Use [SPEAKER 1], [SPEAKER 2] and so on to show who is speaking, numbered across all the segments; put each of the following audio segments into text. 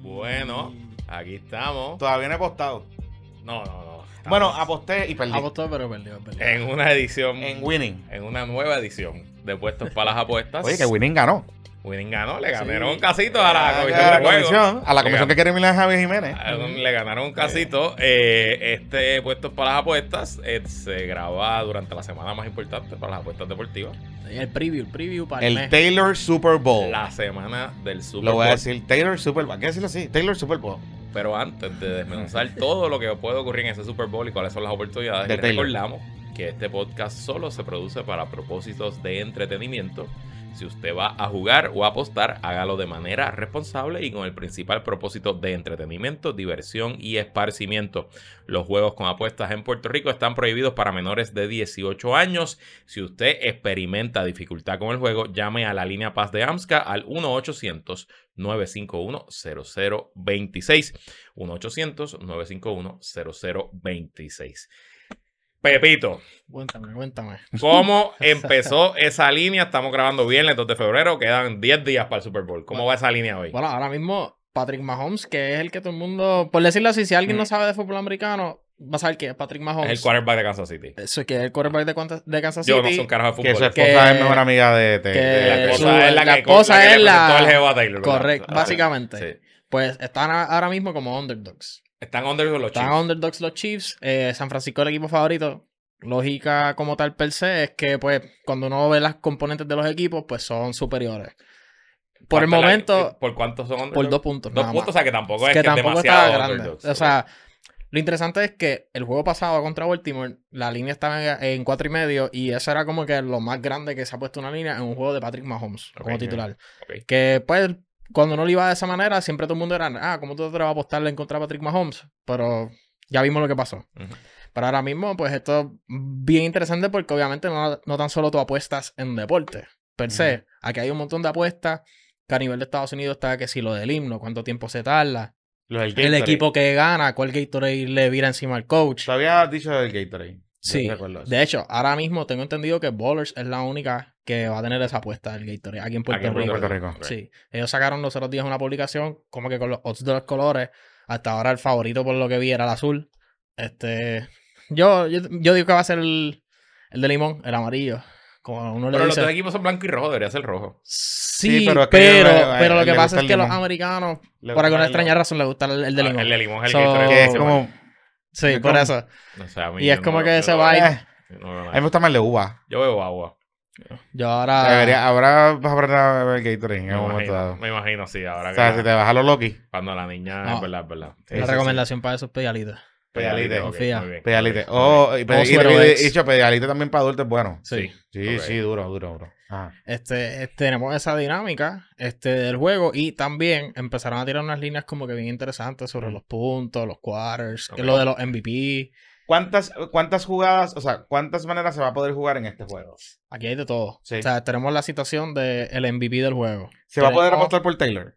[SPEAKER 1] Bueno, aquí estamos.
[SPEAKER 2] Todavía no he apostado.
[SPEAKER 1] No, no, no. Estamos
[SPEAKER 2] Bueno, aposté y perdí.
[SPEAKER 3] Apostó, Ah, pues pero perdió, perdió.
[SPEAKER 1] en una edición,
[SPEAKER 2] en
[SPEAKER 1] en,
[SPEAKER 2] Winning.
[SPEAKER 1] una nueva edición de Puestos para las Apuestas.
[SPEAKER 2] Oye, que Winning ganó.
[SPEAKER 1] Winning ganó, le ganaron
[SPEAKER 3] Sí.
[SPEAKER 1] un casito a la comisión
[SPEAKER 2] a la
[SPEAKER 1] de juego.
[SPEAKER 2] comisión, a la comisión que
[SPEAKER 1] Le
[SPEAKER 2] quiere eliminar a Javier Jiménez.
[SPEAKER 1] ganaron- Le ganaron un casito. Eh, este Puestos para las Apuestas eh, se graba durante la semana más importante para las apuestas deportivas.
[SPEAKER 3] El preview, el preview para el,
[SPEAKER 2] El
[SPEAKER 3] mes.
[SPEAKER 2] Taylor Super Bowl.
[SPEAKER 1] La semana del Super
[SPEAKER 2] Oh. Lo voy a
[SPEAKER 1] Bowl.
[SPEAKER 2] decir, Taylor Super Bowl. Hay que decirlo así, Taylor Super Bowl.
[SPEAKER 1] Pero antes de desmenuzar todo lo que puede ocurrir en ese Super Bowl y cuáles son las oportunidades,
[SPEAKER 2] De
[SPEAKER 1] les
[SPEAKER 2] Taylor.
[SPEAKER 1] recordamos que este podcast solo se produce para propósitos de entretenimiento. Si usted va a jugar o a apostar, hágalo de manera responsable y con el principal propósito de entretenimiento, diversión y esparcimiento. Los juegos con apuestas en Puerto Rico están prohibidos para menores de 18 años. Si usted experimenta dificultad con el juego, llame a la línea Paz de AMSCA al 1-800-951-0026. 1-800-951-0026. Pepito,
[SPEAKER 3] Cuéntame, cuéntame.
[SPEAKER 1] ¿cómo empezó esa línea? Estamos grabando viernes 2 de febrero, quedan 10 días para el Super Bowl. ¿Cómo va esa línea hoy?
[SPEAKER 3] Bueno, ahora mismo Patrick Mahomes, que es el que todo el mundo, por decirlo así, si alguien
[SPEAKER 1] Mm.
[SPEAKER 3] no sabe de fútbol americano, va a saber que es Patrick Mahomes.
[SPEAKER 1] Es el quarterback de Kansas City.
[SPEAKER 3] Eso que es el quarterback de, Cuanta- de Kansas City.
[SPEAKER 1] Yo no soy un carajo de
[SPEAKER 2] Que su
[SPEAKER 1] fútbol.
[SPEAKER 2] esposa
[SPEAKER 3] Que-
[SPEAKER 2] es mejor amiga de
[SPEAKER 3] que-
[SPEAKER 1] La
[SPEAKER 2] Taylor.
[SPEAKER 1] esposa
[SPEAKER 3] su-
[SPEAKER 1] es la,
[SPEAKER 3] la
[SPEAKER 1] que,
[SPEAKER 3] esposa
[SPEAKER 1] la que
[SPEAKER 3] es
[SPEAKER 1] le
[SPEAKER 3] la-
[SPEAKER 1] presentó al jevo a Taylor. ¿verdad?
[SPEAKER 3] Correcto,
[SPEAKER 1] Ah,
[SPEAKER 3] básicamente.
[SPEAKER 1] sí.
[SPEAKER 3] Pues están a- ahora mismo como underdogs.
[SPEAKER 1] Están under los
[SPEAKER 3] Están
[SPEAKER 1] Chiefs.
[SPEAKER 3] underdogs los Chiefs. eh, San Francisco el equipo favorito. Lógica como tal per se es que pues cuando uno ve las componentes de los equipos pues son superiores. Por
[SPEAKER 1] ¿Cuánto
[SPEAKER 3] el
[SPEAKER 1] es la-
[SPEAKER 3] momento,
[SPEAKER 1] ¿Por cuántos son underdogs?
[SPEAKER 3] por dos puntos.
[SPEAKER 1] Dos
[SPEAKER 3] nada
[SPEAKER 1] puntos,
[SPEAKER 3] más.
[SPEAKER 1] o sea que tampoco es
[SPEAKER 3] que
[SPEAKER 1] que, es
[SPEAKER 3] tampoco
[SPEAKER 1] demasiado
[SPEAKER 3] estaba grande.
[SPEAKER 1] underdogs.
[SPEAKER 3] O sea, lo interesante es que el juego pasado contra Baltimore, la línea estaba en, en cuatro y medio y eso era como que lo más grande que se ha puesto una línea en un juego de Patrick Mahomes como
[SPEAKER 1] Ok.
[SPEAKER 3] titular.
[SPEAKER 1] Ok.
[SPEAKER 3] Que pues cuando no lo iba de esa manera, siempre todo el mundo era, ah, ¿cómo tú te vas a apostarle en contra de Patrick Mahomes? Pero ya vimos lo que pasó.
[SPEAKER 1] Ujú.
[SPEAKER 3] Pero ahora mismo, pues esto es bien interesante porque obviamente no, no tan solo tú apuestas en deporte, per se. Aquí hay un montón de apuestas que a nivel de Estados Unidos está que si lo del himno, cuánto tiempo se tarda,
[SPEAKER 2] Lo del
[SPEAKER 3] el
[SPEAKER 2] Gatorade.
[SPEAKER 3] equipo que gana, cuál Gatorade le vira encima al coach.
[SPEAKER 2] Lo había dicho del Gatorade. Yo
[SPEAKER 3] Sí.
[SPEAKER 2] recuerdo eso.
[SPEAKER 3] De hecho, ahora mismo tengo entendido que Ballers es la única que va a tener esa apuesta del Gatorade aquí en Puerto
[SPEAKER 1] Aquí en
[SPEAKER 3] Rico.
[SPEAKER 2] Puerto Rico.
[SPEAKER 1] Ok.
[SPEAKER 3] Sí, ellos sacaron los otros días una publicación como que con los odds de los colores. Hasta ahora el favorito por lo que vi era el azul. Este, yo, yo, yo digo que va a ser el, el de limón, el amarillo. Como uno
[SPEAKER 1] Pero
[SPEAKER 3] le
[SPEAKER 1] los
[SPEAKER 3] dice.
[SPEAKER 1] dos equipos son blanco y rojo, debería ser rojo.
[SPEAKER 3] Sí,
[SPEAKER 2] Sí, pero
[SPEAKER 3] pero,
[SPEAKER 2] es que
[SPEAKER 3] pero,
[SPEAKER 2] yo- a él
[SPEAKER 3] lo que
[SPEAKER 2] le
[SPEAKER 3] pasa
[SPEAKER 2] gusta
[SPEAKER 3] es
[SPEAKER 2] el
[SPEAKER 3] que los
[SPEAKER 2] limón.
[SPEAKER 3] americanos,
[SPEAKER 2] Le
[SPEAKER 3] por alguna
[SPEAKER 2] gusta
[SPEAKER 3] extraña razón, les gusta el, el de
[SPEAKER 1] Ah,
[SPEAKER 3] limón.
[SPEAKER 1] El de limón es el
[SPEAKER 3] So-
[SPEAKER 1] Gatorade.
[SPEAKER 2] Que es
[SPEAKER 1] Sí,
[SPEAKER 2] como.
[SPEAKER 3] sí,
[SPEAKER 2] es
[SPEAKER 3] por
[SPEAKER 2] como-
[SPEAKER 3] eso.
[SPEAKER 1] bueno. O sea, a mí
[SPEAKER 3] y es
[SPEAKER 1] yo
[SPEAKER 3] como
[SPEAKER 1] no-
[SPEAKER 3] que
[SPEAKER 1] yo
[SPEAKER 3] se
[SPEAKER 1] no-
[SPEAKER 3] va a ir-
[SPEAKER 2] eh,
[SPEAKER 1] no veo
[SPEAKER 2] a
[SPEAKER 1] nada.
[SPEAKER 2] mí me gusta más el de uva.
[SPEAKER 1] Yo bebo agua.
[SPEAKER 3] Yo ahora.
[SPEAKER 2] Debería- ahora vas a aprender a beber Gatorade en
[SPEAKER 1] Me
[SPEAKER 2] algún momento
[SPEAKER 1] imagino,
[SPEAKER 2] dado.
[SPEAKER 1] me imagino, sí. Ahora
[SPEAKER 2] O
[SPEAKER 1] que
[SPEAKER 2] sea,
[SPEAKER 1] la-
[SPEAKER 2] si te bajas los Loki,
[SPEAKER 1] cuando la niña
[SPEAKER 3] No.
[SPEAKER 1] es verdad, es verdad.
[SPEAKER 2] Sí,
[SPEAKER 3] la
[SPEAKER 2] sí,
[SPEAKER 3] recomendación para esos pedialitos.
[SPEAKER 2] Pedalite.
[SPEAKER 1] ok,
[SPEAKER 3] Confía.
[SPEAKER 1] muy bien.
[SPEAKER 2] Pedalite.
[SPEAKER 1] Ok, ok.
[SPEAKER 2] Oh, y, pe-
[SPEAKER 3] Como
[SPEAKER 2] y-
[SPEAKER 3] suero
[SPEAKER 2] y-
[SPEAKER 3] ex.
[SPEAKER 2] dicho, pedalite también para adultos es bueno.
[SPEAKER 1] Sí.
[SPEAKER 2] Sí,
[SPEAKER 1] Ok.
[SPEAKER 2] sí, duro, duro, duro. Ajá.
[SPEAKER 3] Este, este, tenemos esa dinámica este, del juego y también empezaron a tirar unas líneas como que bien interesantes sobre los puntos, los quarters,
[SPEAKER 1] Ok.
[SPEAKER 3] lo de los MVP.
[SPEAKER 2] ¿Cuántas, ¿Cuántas jugadas, o sea, cuántas maneras se va a poder jugar en este juego?
[SPEAKER 3] Aquí hay de todo.
[SPEAKER 2] Sí.
[SPEAKER 3] O sea, tenemos la situación del MVP del juego.
[SPEAKER 2] ¿Se va a poder
[SPEAKER 3] Tenemos-
[SPEAKER 2] apostar por Taylor?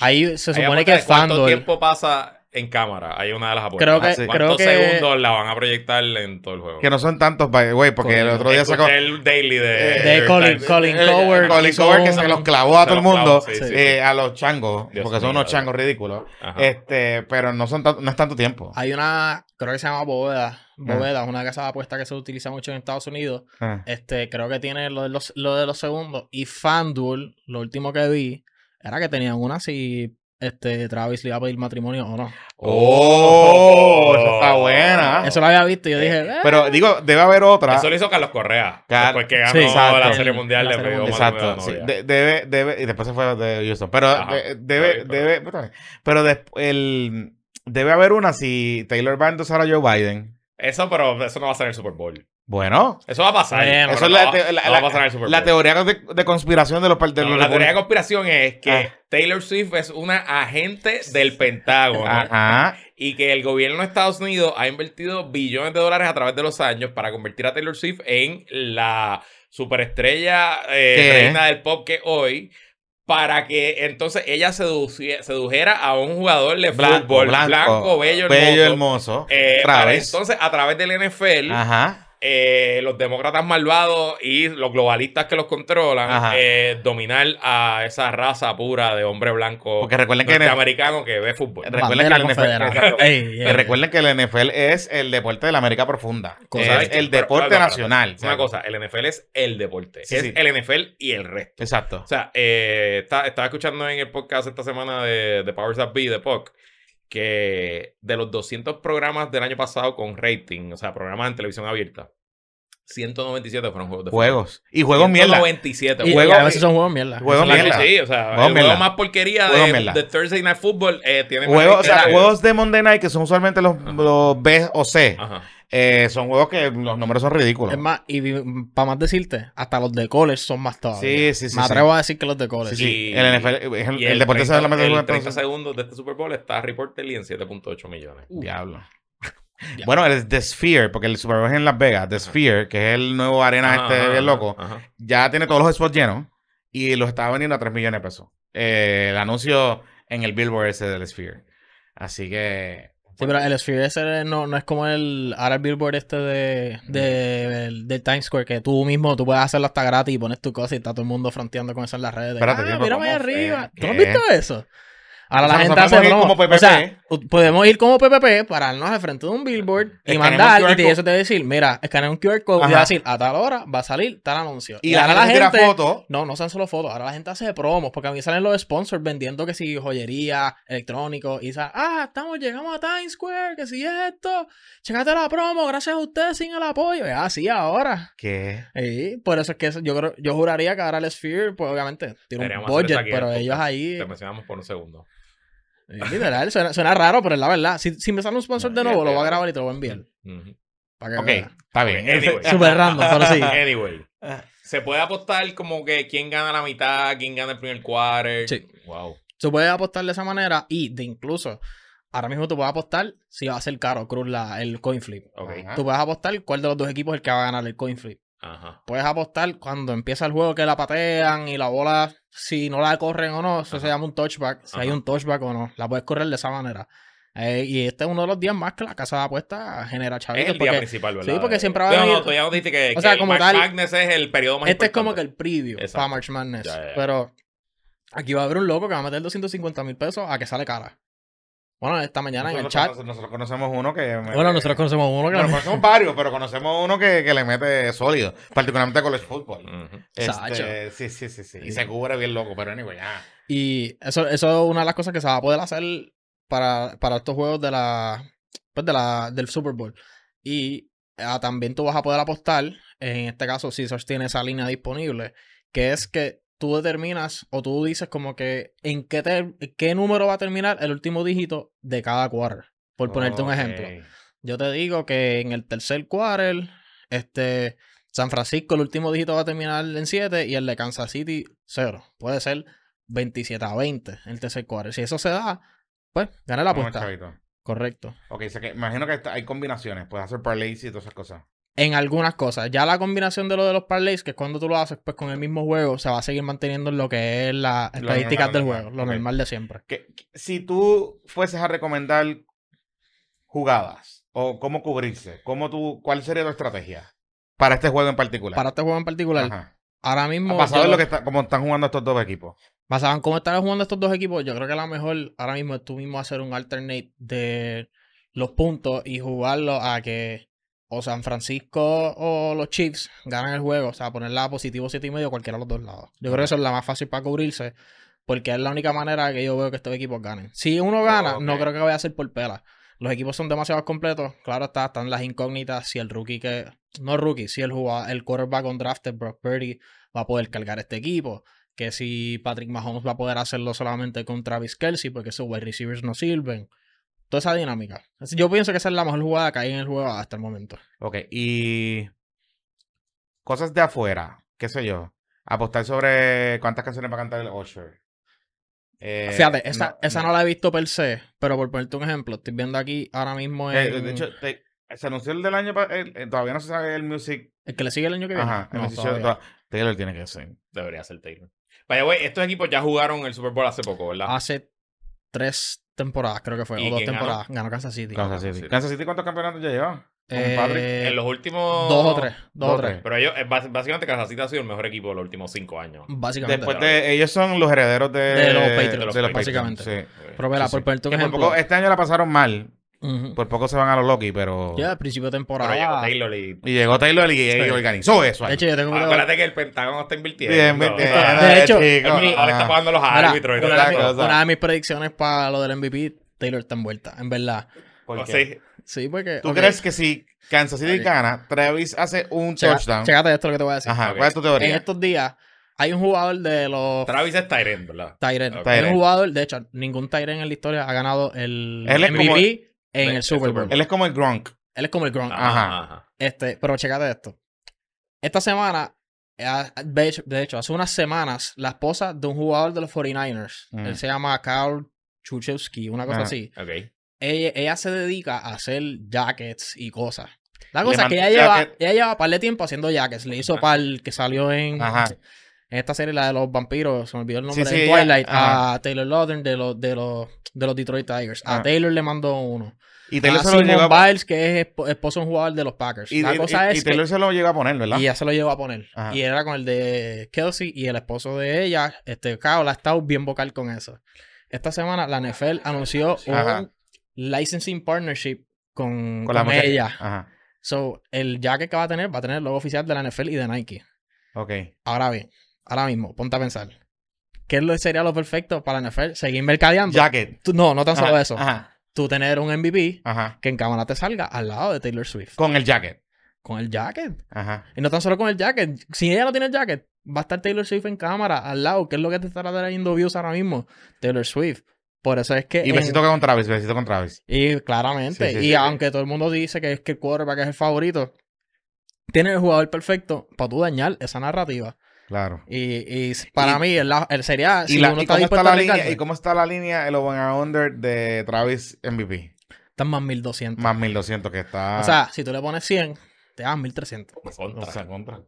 [SPEAKER 3] Ahí se
[SPEAKER 1] Hay
[SPEAKER 3] supone
[SPEAKER 1] apuesta
[SPEAKER 3] que
[SPEAKER 1] de
[SPEAKER 3] es
[SPEAKER 1] ¿Cuánto
[SPEAKER 3] Fanduel.
[SPEAKER 1] tiempo pasa en cámara? Hay una de las apuestas.
[SPEAKER 3] Creo que,
[SPEAKER 2] Ah, sí.
[SPEAKER 3] creo
[SPEAKER 1] ¿Cuántos
[SPEAKER 3] que
[SPEAKER 1] segundos la van a proyectar en todo el juego?
[SPEAKER 2] Que no son tantos, by the way, porque el
[SPEAKER 3] Correcto.
[SPEAKER 2] otro día sacó... Eh,
[SPEAKER 1] Escuché el daily de,
[SPEAKER 3] de Colin, Colin
[SPEAKER 2] el- el-
[SPEAKER 3] Coward.
[SPEAKER 2] Colin
[SPEAKER 3] hizo
[SPEAKER 2] Coward que
[SPEAKER 3] un-
[SPEAKER 2] se los clavó a
[SPEAKER 1] Se
[SPEAKER 2] todo el
[SPEAKER 1] los clavó,
[SPEAKER 2] mundo,
[SPEAKER 1] sí,
[SPEAKER 3] sí,
[SPEAKER 2] eh, a los changos,
[SPEAKER 1] Dios
[SPEAKER 2] porque son
[SPEAKER 1] mío,
[SPEAKER 2] unos changos ridículos.
[SPEAKER 1] Ajá. Ah.
[SPEAKER 2] Este, pero no son tan- no es tanto tiempo.
[SPEAKER 3] Hay una, creo que se llama Bóveda. Bóveda es una casa de apuestas que se utiliza mucho en Estados Unidos.
[SPEAKER 2] Ah.
[SPEAKER 3] Este, creo que tiene lo de los, lo de los segundos. Y FanDuel, lo último que vi, era que tenían una si este, Travis le iba a pedir matrimonio o no.
[SPEAKER 2] Oh, esa está buena.
[SPEAKER 3] Eso lo había visto y yo dije, eh,
[SPEAKER 2] Pero digo, debe haber otra.
[SPEAKER 1] Eso lo hizo Carlos Correa.
[SPEAKER 2] Car-
[SPEAKER 1] después que ganó
[SPEAKER 3] Sí,
[SPEAKER 2] exacto.
[SPEAKER 1] la Serie Mundial,
[SPEAKER 3] La
[SPEAKER 1] le
[SPEAKER 3] Serie
[SPEAKER 1] pegó
[SPEAKER 3] Mundial.
[SPEAKER 1] matrimonio a la
[SPEAKER 2] Exacto, sí.
[SPEAKER 1] novia.
[SPEAKER 2] De- debe, debe, y después se fue de Houston. Pero
[SPEAKER 1] Ajá,
[SPEAKER 2] de-
[SPEAKER 1] está
[SPEAKER 2] debe,
[SPEAKER 1] bien,
[SPEAKER 2] debe, pero des- el, debe haber una si Taylor va a endosar a Joe Biden.
[SPEAKER 1] Eso, pero eso no va a ser en el Super Bowl.
[SPEAKER 2] Bueno,
[SPEAKER 1] Eso va a pasar. Eso
[SPEAKER 3] Bueno,
[SPEAKER 2] eso es
[SPEAKER 1] no
[SPEAKER 2] la,
[SPEAKER 1] va-
[SPEAKER 2] te- la-
[SPEAKER 1] no va a pasar en el Super
[SPEAKER 2] la-
[SPEAKER 1] Bowl.
[SPEAKER 2] la teoría de, de conspiración de los par- de
[SPEAKER 1] No,
[SPEAKER 2] los
[SPEAKER 1] la teoría de conspiración es que
[SPEAKER 2] Ah.
[SPEAKER 1] Taylor Swift es una agente del Pentágono
[SPEAKER 2] Ah. Ajá.
[SPEAKER 1] y que el gobierno de Estados Unidos ha invertido billones de dólares a través de los años para convertir a Taylor Swift en la superestrella eh,
[SPEAKER 2] ¿Qué?
[SPEAKER 1] reina del pop que es hoy para que entonces ella seduci- sedujera a un jugador de
[SPEAKER 2] Blanco,
[SPEAKER 1] fútbol
[SPEAKER 2] blanco,
[SPEAKER 1] bello,
[SPEAKER 2] Bello
[SPEAKER 1] hermoso.
[SPEAKER 2] hermoso.
[SPEAKER 1] Eh,
[SPEAKER 2] otra
[SPEAKER 1] para
[SPEAKER 2] vez.
[SPEAKER 1] entonces, a través del NFL,
[SPEAKER 2] Ajá.
[SPEAKER 1] eh, los demócratas malvados y los globalistas que los controlan
[SPEAKER 2] Ajá.
[SPEAKER 1] eh, dominar a esa raza pura de hombre blanco
[SPEAKER 2] Porque recuerden que, en el-
[SPEAKER 1] norteamericano que ve fútbol.
[SPEAKER 2] Re- Recuerda que
[SPEAKER 3] Bandera
[SPEAKER 2] el NFL
[SPEAKER 3] confederada.
[SPEAKER 1] Exacto.
[SPEAKER 3] Ey,
[SPEAKER 2] que
[SPEAKER 3] ey.
[SPEAKER 2] recuerden que el NFL es el deporte de la América profunda.
[SPEAKER 3] Cosa
[SPEAKER 2] es
[SPEAKER 1] de-
[SPEAKER 2] el
[SPEAKER 1] pero-
[SPEAKER 2] deporte
[SPEAKER 1] pero- pero-
[SPEAKER 2] nacional.
[SPEAKER 1] Es una cosa, el NFL es el deporte.
[SPEAKER 2] Sí,
[SPEAKER 1] es
[SPEAKER 2] sí.
[SPEAKER 1] el NFL y el resto.
[SPEAKER 2] Exacto.
[SPEAKER 1] O sea, eh, está- estaba escuchando en el podcast esta semana de, de Powers That Be, de POC, que de los 200 programas del año pasado con rating, o sea, programas en televisión abierta, 197 fueron juegos de
[SPEAKER 2] Juegos. Y juegos mierda.
[SPEAKER 1] 197.
[SPEAKER 3] Y, y
[SPEAKER 2] Juego-
[SPEAKER 3] a veces son juegos mierda.
[SPEAKER 2] Juego
[SPEAKER 3] Esa es la
[SPEAKER 2] mierda.
[SPEAKER 3] cosa.
[SPEAKER 1] Sí, o sea,
[SPEAKER 2] Juegos
[SPEAKER 1] el
[SPEAKER 2] mierda.
[SPEAKER 1] juego más porquería
[SPEAKER 2] Juegos
[SPEAKER 1] de,
[SPEAKER 2] mierda.
[SPEAKER 1] de Thursday Night Football eh, tiene más
[SPEAKER 2] Juegos, o
[SPEAKER 1] rating
[SPEAKER 2] sea,
[SPEAKER 1] que-
[SPEAKER 2] juegos de Monday Night que son usualmente los, los B o C.
[SPEAKER 1] Ajá.
[SPEAKER 2] eh, son juegos que los números son ridículos.
[SPEAKER 3] Es más, y para más decirte, hasta los de college son más todavía.
[SPEAKER 2] Sí, sí, sí.
[SPEAKER 3] Me
[SPEAKER 2] sí.
[SPEAKER 3] atrevo a decir que los de college.
[SPEAKER 2] Sí, sí.
[SPEAKER 1] Y-
[SPEAKER 2] el NFL, es el,
[SPEAKER 1] Y
[SPEAKER 2] el deporte se
[SPEAKER 1] 30,
[SPEAKER 2] da la meta
[SPEAKER 1] el
[SPEAKER 2] de
[SPEAKER 1] 30 segundos de este Super Bowl está Reporterly en 7.8 millones.
[SPEAKER 3] Uh,
[SPEAKER 2] Diablo. Bueno, el The Sphere, porque el Super Bowl es en Las Vegas. The Sphere, que es el nuevo arena
[SPEAKER 1] Ajá,
[SPEAKER 2] este
[SPEAKER 1] ajá,
[SPEAKER 2] bien loco,
[SPEAKER 1] ajá.
[SPEAKER 2] ya tiene todos los spots llenos y los estaba vendiendo a 3 millones de pesos. Eh, el anuncio en el billboard ese del Sphere. Así que...
[SPEAKER 3] Sí, pero el Sphere ese no, no es como el ahora el billboard este de, de, del- del Times Square que tú mismo tú puedes hacerlo hasta gratis y pones tu cosa y está todo el mundo fronteando con eso en las redes.
[SPEAKER 2] Espérate,
[SPEAKER 3] ah,
[SPEAKER 2] tipo,
[SPEAKER 3] mira allá
[SPEAKER 2] ¿cómo
[SPEAKER 3] arriba.
[SPEAKER 2] fue?
[SPEAKER 3] ¿Tú no has
[SPEAKER 2] ¿Qué?
[SPEAKER 3] visto eso? Ahora
[SPEAKER 2] O sea,
[SPEAKER 3] la gente
[SPEAKER 2] nosotros
[SPEAKER 3] hace
[SPEAKER 2] podemos ir
[SPEAKER 3] promo.
[SPEAKER 2] como PPP.
[SPEAKER 3] O sea, u- podemos ir como PPP, pararnos al frente de un billboard y
[SPEAKER 2] Escaneamos
[SPEAKER 3] mandar
[SPEAKER 2] un
[SPEAKER 3] y
[SPEAKER 2] QR
[SPEAKER 3] te- eso te va a decir, mira, escanea un QR code y
[SPEAKER 2] Ajá.
[SPEAKER 3] va a decir, a tal hora va a salir tal anuncio.
[SPEAKER 2] Y, la,
[SPEAKER 3] ahora
[SPEAKER 2] gente tira fotos.
[SPEAKER 3] no, no sean solo fotos. Ahora la gente hace promos. Porque a mí salen los sponsors vendiendo que si joyería, electrónicos. Y sa- ah, estamos, llegamos a Times Square, que si es esto. Checate la promo, gracias a ustedes sin el apoyo. Y así ahora.
[SPEAKER 2] ¿Qué?
[SPEAKER 3] Y por eso es que eso- yo creo, yo juraría que ahora el Sphere, pues obviamente, tiene un
[SPEAKER 1] Deberíamos hacer
[SPEAKER 3] budget,
[SPEAKER 1] eso aquí en
[SPEAKER 3] pero
[SPEAKER 1] el
[SPEAKER 3] ellos
[SPEAKER 1] podcast. pues.
[SPEAKER 3] ahí.
[SPEAKER 1] Te mencionamos por un segundo.
[SPEAKER 3] eh, Literal, suena, suena raro, pero es la verdad. Si, si me sale un sponsor de nuevo, lo voy a grabar y te lo voy a enviar.
[SPEAKER 1] Ujú.
[SPEAKER 3] Para que
[SPEAKER 2] Ok,
[SPEAKER 3] veas.
[SPEAKER 2] está bien.
[SPEAKER 1] Anyway.
[SPEAKER 3] Súper random, pero sí. Ah.
[SPEAKER 1] Anyway. Se puede apostar como que quién gana la mitad, quién gana el primer quarter.
[SPEAKER 3] Sí.
[SPEAKER 1] Wow.
[SPEAKER 3] Tú puedes apostar de esa manera y de incluso, ahora mismo tú puedes apostar si va a ser caro Cruz la, el coin flip.
[SPEAKER 1] Ok.
[SPEAKER 2] Ajá.
[SPEAKER 3] Tú puedes apostar cuál de los dos equipos es el que va a ganar el coin flip.
[SPEAKER 1] Ajá.
[SPEAKER 3] Puedes apostar cuando empieza el juego que la patean y la bola, si no la corren o no, eso
[SPEAKER 1] Ajá.
[SPEAKER 3] se llama un touchback. Si
[SPEAKER 1] Ajá.
[SPEAKER 3] hay un touchback o no, la puedes correr de esa manera. Eh, y este es uno de los días más que la casa de apuestas genera
[SPEAKER 1] Es
[SPEAKER 3] chavitos.
[SPEAKER 1] el día
[SPEAKER 3] porque
[SPEAKER 1] principal, ¿verdad?
[SPEAKER 3] sí, porque siempre va a
[SPEAKER 1] No, no,
[SPEAKER 3] venir-
[SPEAKER 1] tú ya nos dijiste que,
[SPEAKER 3] O sea,
[SPEAKER 1] que
[SPEAKER 3] como
[SPEAKER 1] March
[SPEAKER 3] tal-
[SPEAKER 1] Madness es el periodo más
[SPEAKER 3] este es como que
[SPEAKER 1] importante.
[SPEAKER 3] el preview
[SPEAKER 1] Exacto.
[SPEAKER 3] para March Madness.
[SPEAKER 1] Ya, ya, ya.
[SPEAKER 3] Pero aquí va a haber un loco que va a meter 250 mil pesos a que sale cara. Bueno, esta mañana en el
[SPEAKER 2] Nosotros
[SPEAKER 3] chat.
[SPEAKER 2] conoce- Nosotros conocemos uno que...
[SPEAKER 3] Bueno, nosotros conocemos uno que
[SPEAKER 2] Bueno,
[SPEAKER 3] la-
[SPEAKER 2] conocemos varios, pero conocemos uno que, que le mete sólido, particularmente con el fútbol.
[SPEAKER 1] Ujú.
[SPEAKER 3] Sacho.
[SPEAKER 2] Este, sí, sí, sí, sí. Y se cubre bien loco, pero anyway, ah.
[SPEAKER 3] Y eso, eso es una de las cosas que se va a poder hacer para, para estos juegos de la, pues de la, del Super Bowl. Y ah, también tú vas a poder apostar, en este caso, si Caesars tiene esa línea disponible, que es que tú determinas o tú dices como que en qué, ter- qué número va a terminar el último dígito de cada quarter. Por ponerte un
[SPEAKER 2] Ok.
[SPEAKER 3] ejemplo. Yo te digo que en el tercer quarter, este, San Francisco, el último dígito va a terminar en 7 y el de Kansas City, 0. Puede ser 27 a 20 el tercer quarter. Si eso se da, pues gana la
[SPEAKER 2] Vamos,
[SPEAKER 3] apuesta.
[SPEAKER 2] chavito.
[SPEAKER 3] Correcto.
[SPEAKER 2] Ok, o sea que imagino que está- hay combinaciones. Puedes hacer parlays y todas esas cosas.
[SPEAKER 3] En algunas cosas. Ya la combinación de lo de los parlays, que es cuando tú lo haces, pues con el mismo juego, se va a seguir manteniendo en lo que es las
[SPEAKER 2] Lo
[SPEAKER 3] estadísticas
[SPEAKER 2] normal,
[SPEAKER 3] del
[SPEAKER 2] normal.
[SPEAKER 3] juego, lo
[SPEAKER 2] Ok.
[SPEAKER 3] normal de siempre.
[SPEAKER 2] Que- que- si tú fueses a recomendar jugadas o cómo cubrirse, cómo tú, ¿cuál sería tu estrategia para este juego en particular?
[SPEAKER 3] Para este juego en particular,
[SPEAKER 2] Ajá.
[SPEAKER 3] ahora mismo.
[SPEAKER 2] Basado
[SPEAKER 3] yo
[SPEAKER 2] en lo
[SPEAKER 3] lo-
[SPEAKER 2] que está, como están jugando estos dos equipos.
[SPEAKER 3] Basado en cómo están jugando estos dos equipos, yo creo que a lo mejor ahora mismo es tú mismo hacer un alternate de los puntos y jugarlo a que o San Francisco o los Chiefs ganan el juego. O sea, ponerla positivo 7 y medio cualquiera de los dos lados. Yo creo que eso es la más fácil para cubrirse. Porque es la única manera que yo veo que estos equipos ganen. Si uno gana,
[SPEAKER 2] Ok.
[SPEAKER 3] no creo que vaya a ser por pela. Los equipos son demasiado completos. Claro está, están las incógnitas. Si el rookie que. No rookie, si el jugador, el quarterback on drafted, Brock Purdy, va a poder cargar este equipo. Que si Patrick Mahomes va a poder hacerlo solamente con Travis Kelsey, porque esos wide receivers no sirven. Toda esa dinámica. Así, yo pienso que esa es la mejor jugada que hay en el juego hasta el momento.
[SPEAKER 2] Ok, y cosas de afuera, qué sé yo. Apostar sobre cuántas canciones va a cantar el Usher. Eh,
[SPEAKER 3] Fíjate, esa, esa no la he visto per se, pero por ponerte un ejemplo, estoy viendo aquí ahora mismo
[SPEAKER 2] Eh,
[SPEAKER 3] en-
[SPEAKER 2] de hecho, te- se anunció el del año pa- el- eh, todavía no se sabe el music.
[SPEAKER 3] el que le sigue el año que viene.
[SPEAKER 2] Ajá, el
[SPEAKER 3] No,
[SPEAKER 2] music show,
[SPEAKER 3] todavía.
[SPEAKER 2] toda- Taylor tiene que ser.
[SPEAKER 1] Debería ser Taylor. Vaya, güey, estos equipos ya jugaron el Super Bowl hace poco, ¿verdad?
[SPEAKER 3] Hace tres temporadas, creo que fue,
[SPEAKER 1] ¿Y
[SPEAKER 3] o dos
[SPEAKER 1] quién ganó?
[SPEAKER 3] temporadas, ganó Kansas City.
[SPEAKER 2] Kansas
[SPEAKER 1] Kansas
[SPEAKER 2] City.
[SPEAKER 1] City.
[SPEAKER 2] Kansas City, ¿cuántos campeonatos ya lleva?
[SPEAKER 3] Eh,
[SPEAKER 2] Patrick,
[SPEAKER 1] En los últimos.
[SPEAKER 3] dos o tres. Dos,
[SPEAKER 2] dos
[SPEAKER 3] o
[SPEAKER 2] o
[SPEAKER 3] tres.
[SPEAKER 1] Pero ellos, eh, bas- básicamente, Kansas City ha sido el mejor equipo de los últimos cinco años.
[SPEAKER 3] Básicamente.
[SPEAKER 2] Después de. Ellos son los herederos de.
[SPEAKER 3] De los Patriots,
[SPEAKER 2] de los
[SPEAKER 3] básicamente.
[SPEAKER 2] sí.
[SPEAKER 1] Eh,
[SPEAKER 3] Pero vela,
[SPEAKER 2] sí,
[SPEAKER 3] por
[SPEAKER 2] sí.
[SPEAKER 3] ponerte un
[SPEAKER 2] Que por
[SPEAKER 3] ejemplo.
[SPEAKER 2] poco- este año la pasaron mal.
[SPEAKER 3] Ujú.
[SPEAKER 2] Por poco se van a los Loki, pero.
[SPEAKER 3] Ya, al principio de
[SPEAKER 1] Pero
[SPEAKER 3] temporada.
[SPEAKER 1] llegó Taylor y.
[SPEAKER 2] Y llegó Taylor y, y organizó eso. ahí.
[SPEAKER 3] de hecho, yo tengo un video-
[SPEAKER 1] Acuérdate que el Pentágono está invirtiendo.
[SPEAKER 2] Bien, bien, bien.
[SPEAKER 3] Ah, de
[SPEAKER 2] Eh,
[SPEAKER 3] hecho,
[SPEAKER 2] chico,
[SPEAKER 1] Ahora
[SPEAKER 2] ajá.
[SPEAKER 1] está pagando los
[SPEAKER 3] ah. Mira,
[SPEAKER 1] árbitros. y todo
[SPEAKER 3] una, de
[SPEAKER 2] la
[SPEAKER 1] eso.
[SPEAKER 3] mis,
[SPEAKER 2] cosa.
[SPEAKER 3] una de mis predicciones para lo del MVP, Taylor está envuelta, en verdad.
[SPEAKER 2] ¿Por
[SPEAKER 1] O
[SPEAKER 2] qué?
[SPEAKER 1] sea,
[SPEAKER 3] Sí, porque.
[SPEAKER 2] ¿Tú
[SPEAKER 3] ok,
[SPEAKER 2] crees que si Kansas City
[SPEAKER 3] Ok.
[SPEAKER 2] gana, Travis hace un
[SPEAKER 3] checa-
[SPEAKER 2] touchdown?
[SPEAKER 3] Checate esto lo que te voy a decir.
[SPEAKER 2] Ajá,
[SPEAKER 1] Ok.
[SPEAKER 2] ¿cuál es tu
[SPEAKER 3] En
[SPEAKER 2] teoría?
[SPEAKER 3] estos días hay un jugador de los
[SPEAKER 1] Travis es Tyren, ¿verdad?
[SPEAKER 3] Tyren.
[SPEAKER 1] Ok.
[SPEAKER 3] Hay
[SPEAKER 2] Tyrant.
[SPEAKER 3] un jugador, de hecho, ningún Tyren en la historia ha ganado el
[SPEAKER 2] Él es como
[SPEAKER 3] MVP en
[SPEAKER 1] el-
[SPEAKER 3] el Super Bowl.
[SPEAKER 2] Él es Ah. como el Gronk.
[SPEAKER 3] Él es como el Gronk.
[SPEAKER 2] Ajá.
[SPEAKER 3] Este, pero checate esto. Esta semana, eh, ah, de hecho, de hecho, hace unas semanas, la esposa de un jugador de los 49ers,
[SPEAKER 2] Mm.
[SPEAKER 3] él se llama Carl Chuchewski, una cosa
[SPEAKER 2] Ah.
[SPEAKER 3] así.
[SPEAKER 1] Ok.
[SPEAKER 3] Ella, ella se dedica a hacer jackets y cosas. La
[SPEAKER 2] Le
[SPEAKER 3] cosa es que ella
[SPEAKER 2] mandó
[SPEAKER 3] lleva,
[SPEAKER 2] jacket.
[SPEAKER 3] ella lleva par de tiempo haciendo jackets. Le hizo par que salió en,
[SPEAKER 2] Ajá.
[SPEAKER 3] en esta serie, la de los vampiros, se me olvidó el nombre,
[SPEAKER 2] Sí, sí,
[SPEAKER 3] de
[SPEAKER 2] ella-
[SPEAKER 3] Twilight,
[SPEAKER 2] ajá.
[SPEAKER 3] a Taylor Lautner de los, de los, de los Detroit Tigers. A
[SPEAKER 2] Ah.
[SPEAKER 3] Taylor le mandó uno.
[SPEAKER 2] Y
[SPEAKER 3] A
[SPEAKER 2] Taylor, se lo,
[SPEAKER 3] Simone
[SPEAKER 2] llegó a,
[SPEAKER 3] Ah, Biles, que es esp- esposo de un jugador de los Packers.
[SPEAKER 2] y,
[SPEAKER 3] la
[SPEAKER 2] y-
[SPEAKER 3] cosa
[SPEAKER 2] y-
[SPEAKER 3] es
[SPEAKER 2] y Taylor
[SPEAKER 3] que,
[SPEAKER 2] se lo llegó a poner, ¿verdad?
[SPEAKER 3] y ya se lo llevó a poner.
[SPEAKER 2] Ajá.
[SPEAKER 3] Y era con el de Kelsey y el esposo de ella, este Kyle, ha estado bien vocal con eso. Esta semana la NFL anunció
[SPEAKER 2] Ajá.
[SPEAKER 3] un licensing partnership con,
[SPEAKER 2] con la
[SPEAKER 3] con
[SPEAKER 2] muchacha.
[SPEAKER 3] ella.
[SPEAKER 2] Ajá.
[SPEAKER 3] So, el jacket que va a tener va a tener el logo oficial de la NFL y de Nike.
[SPEAKER 2] Ok.
[SPEAKER 3] Ahora bien, ahora mismo, ponte a pensar. ¿Qué lo- sería lo perfecto para la NFL? Seguir mercadeando.
[SPEAKER 2] Jacket.
[SPEAKER 3] Tú- no, no tan solo
[SPEAKER 2] Ajá,
[SPEAKER 3] eso.
[SPEAKER 2] Ajá.
[SPEAKER 3] Tú tener un MVP
[SPEAKER 2] Ajá.
[SPEAKER 3] que en cámara te salga al lado de Taylor Swift.
[SPEAKER 2] Con el jacket.
[SPEAKER 3] Con el jacket.
[SPEAKER 2] Ajá.
[SPEAKER 3] Y no tan solo con el jacket. Si ella no tiene el jacket, va a estar Taylor Swift en cámara al lado. ¿Qué es lo que te estará trayendo views ahora mismo? Taylor Swift. Por eso es que.
[SPEAKER 2] Y
[SPEAKER 3] en-
[SPEAKER 2] besito con Travis, besito con Travis.
[SPEAKER 3] y claramente.
[SPEAKER 2] Sí, sí,
[SPEAKER 3] y
[SPEAKER 2] sí, sí.
[SPEAKER 3] aunque todo el mundo dice que es que el quarterback es el favorito, tiene el jugador perfecto para tú dañar esa narrativa.
[SPEAKER 2] Claro.
[SPEAKER 3] Y, y para mí, el, la- el sería.
[SPEAKER 2] ¿Y,
[SPEAKER 3] Si
[SPEAKER 2] la-
[SPEAKER 3] Ah, uno
[SPEAKER 2] y
[SPEAKER 3] está
[SPEAKER 2] cómo está
[SPEAKER 3] dispuesto
[SPEAKER 2] la
[SPEAKER 3] a
[SPEAKER 2] línea,
[SPEAKER 3] arriesgarse,
[SPEAKER 2] ¿Y cómo está la línea el over and under de Travis MVP?
[SPEAKER 3] están más 1200.
[SPEAKER 2] Más 1200 que está...
[SPEAKER 3] O sea, si tú le pones 100, te das 1300.
[SPEAKER 1] Contra.
[SPEAKER 2] O sea, contra.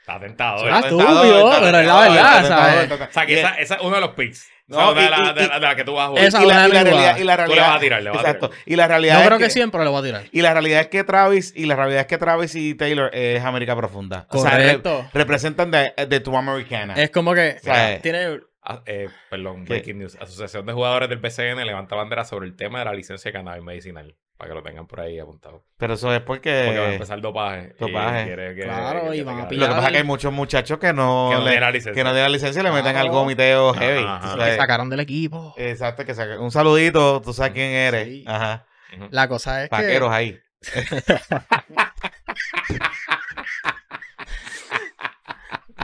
[SPEAKER 1] Está tentado.
[SPEAKER 3] Suena
[SPEAKER 1] ¿eh?
[SPEAKER 3] estúpido, pero es la verdad, ¿sabes?
[SPEAKER 1] O sea, que esa, esa es uno de los picks.
[SPEAKER 2] No,
[SPEAKER 1] o sea, una de
[SPEAKER 2] y-
[SPEAKER 1] las
[SPEAKER 2] y-
[SPEAKER 1] de la, de la que tú vas a jugar.
[SPEAKER 3] eh, Esa-
[SPEAKER 2] y, la,
[SPEAKER 3] una
[SPEAKER 2] y la
[SPEAKER 3] lengua.
[SPEAKER 2] realidad, y la
[SPEAKER 1] Tú le
[SPEAKER 2] realidad.
[SPEAKER 1] vas a tirar, le vas a tirar.
[SPEAKER 2] Exacto. Y la realidad
[SPEAKER 3] Yo
[SPEAKER 2] es
[SPEAKER 3] creo que
[SPEAKER 2] que-
[SPEAKER 3] siempre lo voy a tirar.
[SPEAKER 2] Y la realidad es que Travis y la realidad es que Travis y Taylor es América Profunda. O sea, re-
[SPEAKER 3] Correcto.
[SPEAKER 2] representan de, de tu americana.
[SPEAKER 3] Es como que
[SPEAKER 2] sea,
[SPEAKER 3] tiene
[SPEAKER 1] Ah, eh, perdón,
[SPEAKER 2] ¿Qué?
[SPEAKER 1] Breaking News. Asociación de Jugadores del BCN levanta bandera sobre el tema de la licencia de cannabis medicinal. Para que lo tengan por ahí apuntado.
[SPEAKER 2] Pero eso es
[SPEAKER 1] Porque va a
[SPEAKER 2] porque
[SPEAKER 1] empezar dopaje.
[SPEAKER 2] Eh, dopaje.
[SPEAKER 1] Y quiere que,
[SPEAKER 3] Claro,
[SPEAKER 1] que
[SPEAKER 3] y
[SPEAKER 1] te
[SPEAKER 3] van a
[SPEAKER 1] quede-
[SPEAKER 2] lo que pasa es que hay muchos muchachos que no,
[SPEAKER 1] Que no
[SPEAKER 2] le-
[SPEAKER 1] tiene la licencia.
[SPEAKER 2] que no tienen la licencia y le meten
[SPEAKER 3] Claro.
[SPEAKER 2] al gomiteo heavy.
[SPEAKER 1] Ajá, ajá.
[SPEAKER 2] tú
[SPEAKER 3] que
[SPEAKER 2] sabes.
[SPEAKER 3] sacaron del equipo.
[SPEAKER 2] Exacto, que saca- un saludito, tú sabes quién eres.
[SPEAKER 3] Sí.
[SPEAKER 2] Ajá.
[SPEAKER 1] Ujú.
[SPEAKER 3] La cosa es que
[SPEAKER 2] Vaqueros ahí.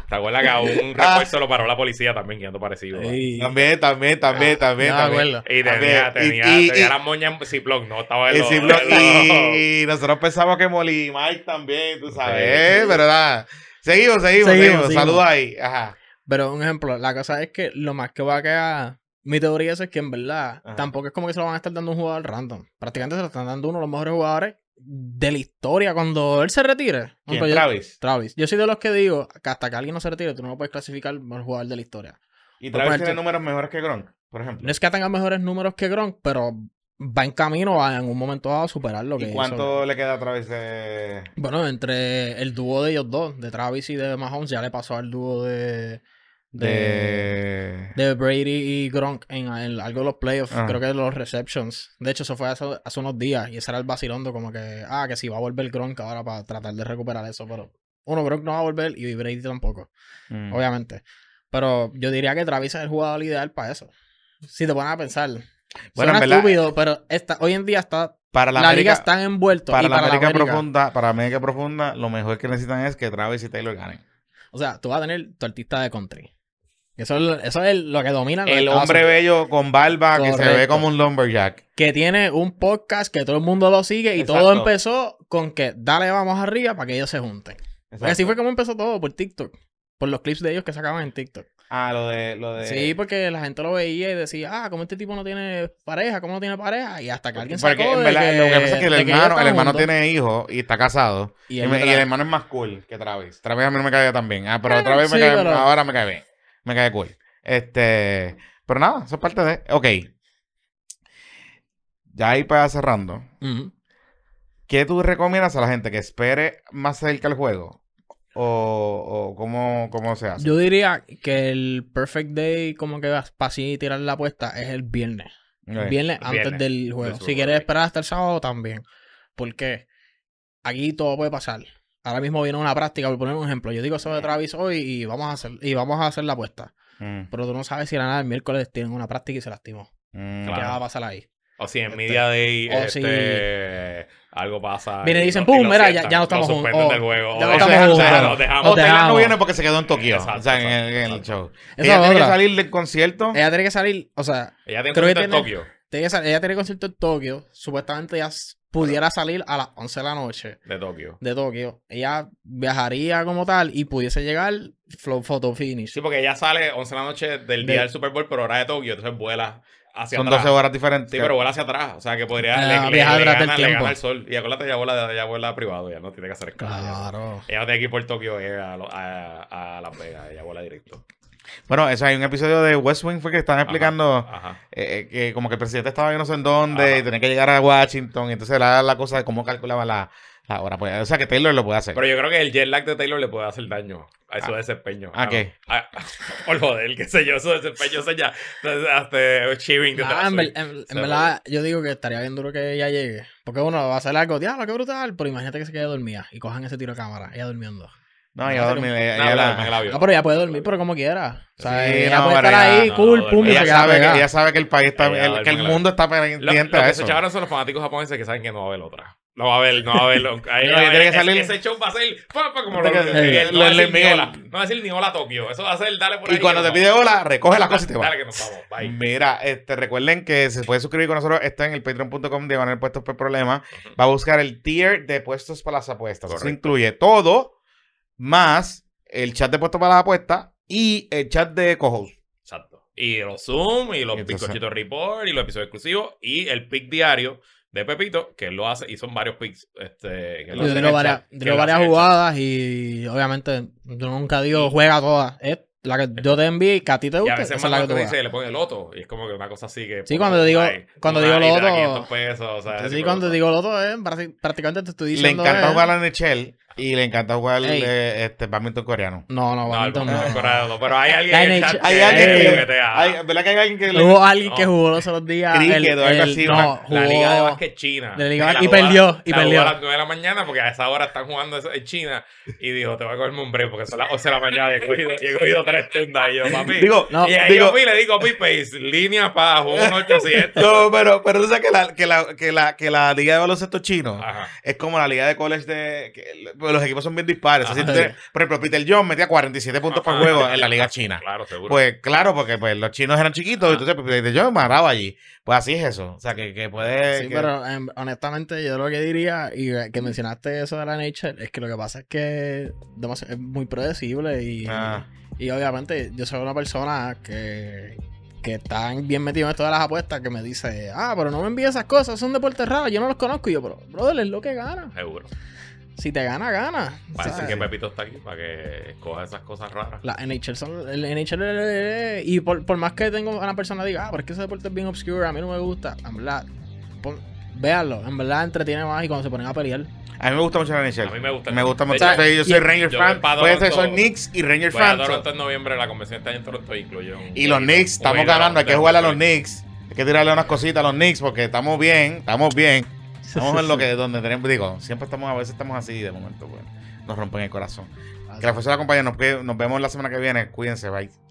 [SPEAKER 1] ¿Te acuerdas que a un
[SPEAKER 2] Ah.
[SPEAKER 1] refuerzo lo paró la policía también, que ando parecido? ¿verdad?
[SPEAKER 3] Sí.
[SPEAKER 2] También, también, también, también.
[SPEAKER 3] Ya Ah, me
[SPEAKER 2] también.
[SPEAKER 3] acuerdo.
[SPEAKER 1] Y
[SPEAKER 2] A
[SPEAKER 1] tenía,
[SPEAKER 2] ver, y-
[SPEAKER 1] tenía,
[SPEAKER 2] y-
[SPEAKER 1] tenía
[SPEAKER 2] y-
[SPEAKER 1] la moña en Ziploc, no estaba en
[SPEAKER 2] El
[SPEAKER 1] los-
[SPEAKER 2] Ziploc-
[SPEAKER 1] en los-
[SPEAKER 2] y, y nosotros pensamos que Molly y Mike también, tú sabes.
[SPEAKER 1] Sí.
[SPEAKER 2] Eh, Pero nada. Seguimos, seguimos,
[SPEAKER 3] Seguimos,
[SPEAKER 2] seguimos.
[SPEAKER 3] seguimos.
[SPEAKER 2] Saludos ahí. Ajá.
[SPEAKER 3] Pero un ejemplo, la cosa es que lo más que va a quedar. Mi teoría es que en verdad
[SPEAKER 2] Ajá.
[SPEAKER 3] tampoco es como que se lo van a estar dando a un jugador random. Prácticamente se lo están dando uno de los mejores jugadores de la historia cuando él se retire.
[SPEAKER 2] ¿Quién?
[SPEAKER 3] Ejemplo, yo-
[SPEAKER 2] Travis.
[SPEAKER 3] Travis. Yo soy de los que digo que hasta que alguien no se retire, tú no lo puedes clasificar como el jugador de la historia.
[SPEAKER 2] Y
[SPEAKER 3] Por
[SPEAKER 2] Travis
[SPEAKER 3] ponerte-
[SPEAKER 2] tiene números mejores que Gronk, por ejemplo.
[SPEAKER 3] No es que tenga mejores números que Gronk, pero va en camino a en un momento dado superar lo que
[SPEAKER 2] ¿Y
[SPEAKER 3] hizo
[SPEAKER 2] cuánto le queda a Travis de...?
[SPEAKER 3] Bueno, entre el dúo de ellos dos, de Travis y de Mahomes, ya le pasó al dúo de, de,
[SPEAKER 2] de...
[SPEAKER 3] de Brady y Gronk en, en algo de los playoffs,
[SPEAKER 2] Ajá.
[SPEAKER 3] creo que los receptions. De hecho, eso fue hace, hace unos días y ese era el vacilondo, como que, ah, que si va a volver Gronk ahora para tratar de recuperar eso, pero uno, Gronk no va a volver y Brady tampoco,
[SPEAKER 2] Mm.
[SPEAKER 3] obviamente. Pero yo diría que Travis es el jugador ideal para eso. Si te pones a pensar.
[SPEAKER 2] Bueno,
[SPEAKER 3] Suena
[SPEAKER 2] en verdad-
[SPEAKER 3] estúpido, pero está, hoy en día está,
[SPEAKER 2] Para
[SPEAKER 3] la,
[SPEAKER 2] la,
[SPEAKER 3] liga
[SPEAKER 2] América,
[SPEAKER 3] está envuelta.
[SPEAKER 2] para la América profunda, para América profunda, lo mejor que necesitan es que Travis y Taylor ganen.
[SPEAKER 3] O sea, tú vas a tener tu artista de country. Eso es, lo- eso es lo que domina. en los
[SPEAKER 2] El
[SPEAKER 3] Estados
[SPEAKER 2] hombre
[SPEAKER 3] Unidos.
[SPEAKER 2] bello con barba que se ve
[SPEAKER 3] Correcto.
[SPEAKER 2] como un lumberjack.
[SPEAKER 3] Que tiene un podcast que todo el mundo lo sigue y todo
[SPEAKER 2] Exacto.
[SPEAKER 3] empezó con que dale vamos arriba para que ellos se junten. Porque así
[SPEAKER 2] Exacto.
[SPEAKER 3] fue como empezó todo, por TikTok. Por los clips de ellos que sacaban en TikTok.
[SPEAKER 2] Ah, lo de... Lo de...
[SPEAKER 3] Sí, porque la gente lo veía y decía, ah, ¿cómo este tipo no tiene pareja? ¿Cómo no tiene pareja? Y hasta que alguien sacó
[SPEAKER 2] Porque en
[SPEAKER 3] de
[SPEAKER 2] verdad, lo que pasa es que el
[SPEAKER 3] de ellos
[SPEAKER 2] hermano, el
[SPEAKER 3] están
[SPEAKER 2] hermano
[SPEAKER 3] juntos.
[SPEAKER 2] tiene hijos y está casado.
[SPEAKER 3] Y
[SPEAKER 2] Y,
[SPEAKER 3] él
[SPEAKER 2] me- y
[SPEAKER 3] otra-
[SPEAKER 2] el hermano es más cool que Travis. Travis a mí no me caía tan bien. Ah, pero
[SPEAKER 3] Eh,
[SPEAKER 2] Travis me
[SPEAKER 3] sí,
[SPEAKER 2] cae,
[SPEAKER 3] pero-
[SPEAKER 2] ahora me cae bien. Me cae cool. Este, pero nada, eso es parte de. Ok. Ya ahí para cerrando.
[SPEAKER 3] Ujú.
[SPEAKER 2] ¿Qué tú recomiendas a la gente? ¿Que espere más cerca el juego? ¿O, o cómo, cómo se hace?
[SPEAKER 3] Yo diría que el perfect day, como que vas para así tirar la apuesta, es el viernes.
[SPEAKER 2] Ok.
[SPEAKER 3] El viernes antes
[SPEAKER 2] viernes
[SPEAKER 3] del juego.
[SPEAKER 1] Super
[SPEAKER 3] si quieres
[SPEAKER 1] Bowl.
[SPEAKER 3] esperar hasta el sábado, también. Porque aquí todo puede pasar. Ahora mismo viene una práctica, por poner un ejemplo. Yo digo sobre Travis hoy y vamos a hacer, y vamos a hacer la apuesta.
[SPEAKER 2] Mm,
[SPEAKER 3] Pero tú no sabes si la nada el miércoles tienen una práctica y se lastimó.
[SPEAKER 2] mm.
[SPEAKER 1] Claro.
[SPEAKER 3] ¿Qué va a pasar ahí?
[SPEAKER 1] O si en
[SPEAKER 3] Este,
[SPEAKER 1] media day
[SPEAKER 3] o si-
[SPEAKER 1] este, algo pasa.
[SPEAKER 3] Viene y
[SPEAKER 1] lo-
[SPEAKER 3] dicen, "Pum,
[SPEAKER 1] lo
[SPEAKER 3] mira, ya-
[SPEAKER 1] sientan,
[SPEAKER 3] ya no
[SPEAKER 1] lo
[SPEAKER 3] estamos juntos".
[SPEAKER 1] suspenden
[SPEAKER 3] Oh,
[SPEAKER 1] del juego. O
[SPEAKER 3] ya no
[SPEAKER 1] dejan-
[SPEAKER 2] estamos
[SPEAKER 1] o sea,
[SPEAKER 2] juntos.
[SPEAKER 1] lo
[SPEAKER 2] O
[SPEAKER 1] dejamos.
[SPEAKER 3] te
[SPEAKER 2] Taylor
[SPEAKER 3] amo.
[SPEAKER 2] no viene porque se quedó en Tokio.
[SPEAKER 1] Exacto,
[SPEAKER 2] o sea, en el, en el
[SPEAKER 1] exacto.
[SPEAKER 2] show.
[SPEAKER 3] Esa
[SPEAKER 2] Ella
[SPEAKER 3] es
[SPEAKER 2] tiene que
[SPEAKER 3] otra.
[SPEAKER 2] salir del concierto.
[SPEAKER 3] Ella tiene que salir, o sea,
[SPEAKER 1] Ella tiene
[SPEAKER 3] Creo que
[SPEAKER 1] que en Tokio.
[SPEAKER 3] tiene que sal- ella tiene concierto en Tokio. Supuestamente ella s- pudiera salir a las 11 de la noche
[SPEAKER 1] De Tokio.
[SPEAKER 3] de Tokio. Ella viajaría como tal y pudiese llegar flow photo finish.
[SPEAKER 1] Sí, porque ella sale 11 de la noche del día
[SPEAKER 3] De-
[SPEAKER 1] del Super Bowl, pero hora de Tokio, entonces vuela hacia
[SPEAKER 2] Son
[SPEAKER 1] atrás.
[SPEAKER 2] 12 horas diferentes.
[SPEAKER 1] Sí, pero vuela hacia atrás. O sea, que podría.
[SPEAKER 3] Ah,
[SPEAKER 1] le- le,
[SPEAKER 3] viaja
[SPEAKER 1] le
[SPEAKER 3] durante el
[SPEAKER 1] gana, le
[SPEAKER 3] tiempo.
[SPEAKER 1] gana el sol. Y acuérdate, ya vuela, ya vuela privado, ya no tiene que hacer escala. ya.
[SPEAKER 3] Claro.
[SPEAKER 1] Ella no tiene que ir por Tokio eh, a, lo- a- a Las Vegas, ella vuela directo.
[SPEAKER 2] Bueno, eso hay un episodio de West Wing fue que estaban explicando
[SPEAKER 3] Ah.
[SPEAKER 1] Ajá.
[SPEAKER 2] eh, eh, que como que el presidente estaba yo no sé en dónde
[SPEAKER 1] Ajá.
[SPEAKER 2] y tenía que llegar a Washington. Y entonces era la cosa de cómo calculaba la, la hora. Pues, o sea, que Taylor lo puede hacer.
[SPEAKER 1] Pero yo creo que el jet lag de Taylor le puede hacer daño a su
[SPEAKER 2] Ah.
[SPEAKER 1] desempeño.
[SPEAKER 2] ¿A qué?
[SPEAKER 1] Ah, por joder, qué sé yo, su desempeño se ya. Hasta cheering de
[SPEAKER 3] Ah,
[SPEAKER 1] Taylor
[SPEAKER 3] en,
[SPEAKER 1] Swift.
[SPEAKER 3] ver- en- en
[SPEAKER 1] Se
[SPEAKER 3] verdad, yo digo que estaría bien duro que ella llegue. Porque uno va a hacer algo, diablo, qué brutal. Pero imagínate que se quede dormida y cojan ese tiro de cámara, ella durmiendo.
[SPEAKER 2] no, yo dormí.
[SPEAKER 1] No,
[SPEAKER 2] Ella,
[SPEAKER 1] no,
[SPEAKER 2] ella la-
[SPEAKER 1] no, me la vio.
[SPEAKER 3] Ah, pero ella puede dormir, pero como quiera. O sea,
[SPEAKER 2] Sí,
[SPEAKER 3] ella
[SPEAKER 2] no,
[SPEAKER 3] puede
[SPEAKER 2] pero
[SPEAKER 3] estar
[SPEAKER 2] ella-
[SPEAKER 3] ahí,
[SPEAKER 1] no,
[SPEAKER 3] cool,
[SPEAKER 1] no,
[SPEAKER 3] pum,
[SPEAKER 1] duerme.
[SPEAKER 3] y
[SPEAKER 2] ella
[SPEAKER 3] se queda
[SPEAKER 2] sabe que,
[SPEAKER 3] pegada.
[SPEAKER 2] ella sabe que el país está,
[SPEAKER 1] Ella
[SPEAKER 2] el, que el
[SPEAKER 1] duerme, la-
[SPEAKER 2] mundo está
[SPEAKER 1] Lo,
[SPEAKER 2] pendiente
[SPEAKER 1] lo
[SPEAKER 2] a
[SPEAKER 1] que se
[SPEAKER 2] eso.
[SPEAKER 1] echaron son los fanáticos japoneses que saben que no va a haber otra. No va a haber, no va a haber. no- ahí
[SPEAKER 2] Mira,
[SPEAKER 1] va a haber-
[SPEAKER 2] tiene que
[SPEAKER 1] ese-
[SPEAKER 2] salir-
[SPEAKER 1] Ese show va a ser. pa, pa, como
[SPEAKER 2] Tiene que-
[SPEAKER 1] Luis Miguel, no
[SPEAKER 2] Luis
[SPEAKER 1] va a decir ni
[SPEAKER 2] Miguel.
[SPEAKER 1] hola. No va a decir ni hola Tokio. Eso va a ser, dale por ahí.
[SPEAKER 2] Y cuando
[SPEAKER 1] que
[SPEAKER 2] te
[SPEAKER 1] nos
[SPEAKER 2] pide hola, recoge las
[SPEAKER 1] vamos.
[SPEAKER 2] cosas y te vas.
[SPEAKER 1] Dale que nos vamos. Bye.
[SPEAKER 2] Mira, este, recuerden que se puede suscribir con nosotros. Está en el patreon.com de Manuel Puestos por Problema. Va a buscar el tier de puestos para las apuestas. Eso
[SPEAKER 1] Correcto.
[SPEAKER 2] incluye todo, más el chat de puestos para las apuestas y el chat de co
[SPEAKER 1] Exacto. Y los Zoom, y los
[SPEAKER 2] Entonces-
[SPEAKER 1] bizcochitos report, y los episodios exclusivos, y el pick diario de Pepito, que él lo hace, y son varios picks. Este, que él
[SPEAKER 3] Yo
[SPEAKER 1] lo hace en
[SPEAKER 3] tiro
[SPEAKER 1] el
[SPEAKER 3] varias,
[SPEAKER 1] chat, que
[SPEAKER 3] tiro
[SPEAKER 1] él lo hace
[SPEAKER 3] varias
[SPEAKER 1] en el chat.
[SPEAKER 3] jugadas y obviamente yo nunca digo juega todas. Es la que yo te envío y que a ti te
[SPEAKER 1] Y a
[SPEAKER 3] gusta, esa
[SPEAKER 1] veces
[SPEAKER 3] es la que
[SPEAKER 1] Manuel
[SPEAKER 3] tú
[SPEAKER 1] te dice,
[SPEAKER 3] juegas.
[SPEAKER 1] le pone el otro. Y es como que una cosa así que.
[SPEAKER 3] Sí, cuando digo-
[SPEAKER 1] Ay,
[SPEAKER 3] cuando
[SPEAKER 1] una
[SPEAKER 3] digo
[SPEAKER 1] y te da
[SPEAKER 3] loto-
[SPEAKER 1] 500 pesos, o sea, ese
[SPEAKER 3] Entonces,
[SPEAKER 1] tipo
[SPEAKER 3] sí,
[SPEAKER 1] de
[SPEAKER 3] cuando
[SPEAKER 1] cosas.
[SPEAKER 3] digo lo otro, es prácticamente te estoy
[SPEAKER 2] Le
[SPEAKER 3] diciendo.
[SPEAKER 2] encanta
[SPEAKER 3] eh,
[SPEAKER 2] jugar a NHL y le encanta jugar
[SPEAKER 3] Ey.
[SPEAKER 2] eh, este badminton coreano.
[SPEAKER 3] No, no,
[SPEAKER 1] No, el
[SPEAKER 3] Valentón,
[SPEAKER 1] Batman
[SPEAKER 3] no.
[SPEAKER 1] es corrado, pero hay alguien
[SPEAKER 3] La
[SPEAKER 1] en el
[SPEAKER 3] NH
[SPEAKER 1] chat
[SPEAKER 2] Hay
[SPEAKER 1] que-
[SPEAKER 2] alguien
[SPEAKER 1] que
[SPEAKER 2] que le-
[SPEAKER 1] juguetea.
[SPEAKER 2] hay- ¿Verdad que hay alguien que le-
[SPEAKER 3] Hubo alguien que
[SPEAKER 1] No.
[SPEAKER 3] jugó los otros días.
[SPEAKER 2] Cricket
[SPEAKER 3] el-
[SPEAKER 2] o algo
[SPEAKER 3] el-
[SPEAKER 2] así,
[SPEAKER 3] no,
[SPEAKER 2] una-
[SPEAKER 3] jugó,
[SPEAKER 1] La liga de básquet china.
[SPEAKER 3] La liga-
[SPEAKER 1] La
[SPEAKER 3] y
[SPEAKER 1] jugó a-
[SPEAKER 3] perdió, y
[SPEAKER 1] la jugó
[SPEAKER 3] perdió.
[SPEAKER 1] a las 9 de la mañana porque a esa hora están jugando eso en China. Y dijo, te voy a cogerme un break porque son las 11 de la mañana y he cogido, y he cogido tres tiendas. Y yo, papi.
[SPEAKER 2] Digo,
[SPEAKER 3] No,
[SPEAKER 1] y ahí
[SPEAKER 2] digo-
[SPEAKER 1] yo fui y le digo, Pipe, línea para un 800.
[SPEAKER 2] No, pero, pero tú sabes que la, que la, que la, que la liga de baloncesto chino
[SPEAKER 1] Ajá.
[SPEAKER 2] es como la liga de college de... que pues, los equipos son bien dispares. Así
[SPEAKER 1] Ajá.
[SPEAKER 2] tú tienes- por ejemplo, Peter John metía 47 puntos por
[SPEAKER 1] Ajá.
[SPEAKER 2] juego en la liga china.
[SPEAKER 1] Claro, seguro.
[SPEAKER 2] Pues claro, porque pues, los chinos eran chiquitos,
[SPEAKER 1] Ajá.
[SPEAKER 2] entonces pues, desde yo me agarraba allí. Pues así es eso. O sea, que, que puede...
[SPEAKER 3] Sí,
[SPEAKER 2] que-
[SPEAKER 3] pero em, honestamente yo lo que diría y eh, que mencionaste eso de la nature es que lo que pasa es que demasi- es muy predecible y,
[SPEAKER 2] Ah,
[SPEAKER 3] y obviamente yo soy una persona que, que está bien metido en esto de las apuestas que me dice, ah, pero no me envíes esas cosas, son deportes raros, yo no los conozco y yo, pero brother, es lo que gana.
[SPEAKER 1] seguro.
[SPEAKER 3] Si te gana, gana.
[SPEAKER 1] Parece
[SPEAKER 3] ¿sabes?
[SPEAKER 1] que Pepito está aquí para que coja esas cosas raras.
[SPEAKER 3] La NHL son. El NHL. eh, eh, Y por, por más que tengo una persona diga, ah, pero es que ese deporte es bien obscure, a mí no me gusta. En verdad, pon- véanlo. En verdad entretiene más y cuando se ponen a pelear.
[SPEAKER 2] A mí me gusta mucho la NHL.
[SPEAKER 1] A mí me gusta.
[SPEAKER 2] Me gusta
[SPEAKER 1] De
[SPEAKER 2] mucho.
[SPEAKER 1] hecho,
[SPEAKER 2] Sí, yo soy Ranger
[SPEAKER 1] yo
[SPEAKER 2] fan.
[SPEAKER 1] voy pa'
[SPEAKER 2] Puede ser, soy
[SPEAKER 1] Toronto.
[SPEAKER 2] Knicks y Ranger
[SPEAKER 1] Voy a
[SPEAKER 2] fan.
[SPEAKER 1] Toronto en noviembre, la convención está en Toronto incluye un-
[SPEAKER 2] Y los Knicks,
[SPEAKER 1] un
[SPEAKER 2] estamos
[SPEAKER 1] juego de
[SPEAKER 2] ganando, hay que
[SPEAKER 1] baloncesto.
[SPEAKER 2] jugarle a los Knicks. Hay que tirarle unas cositas a los Knicks porque estamos bien, estamos bien. Estamos en lo que donde tenemos, digo, siempre estamos, a veces estamos así de momento, pues, nos rompen el corazón. Que la fuerza la acompañe, nos, nos vemos la semana que viene, cuídense, bye.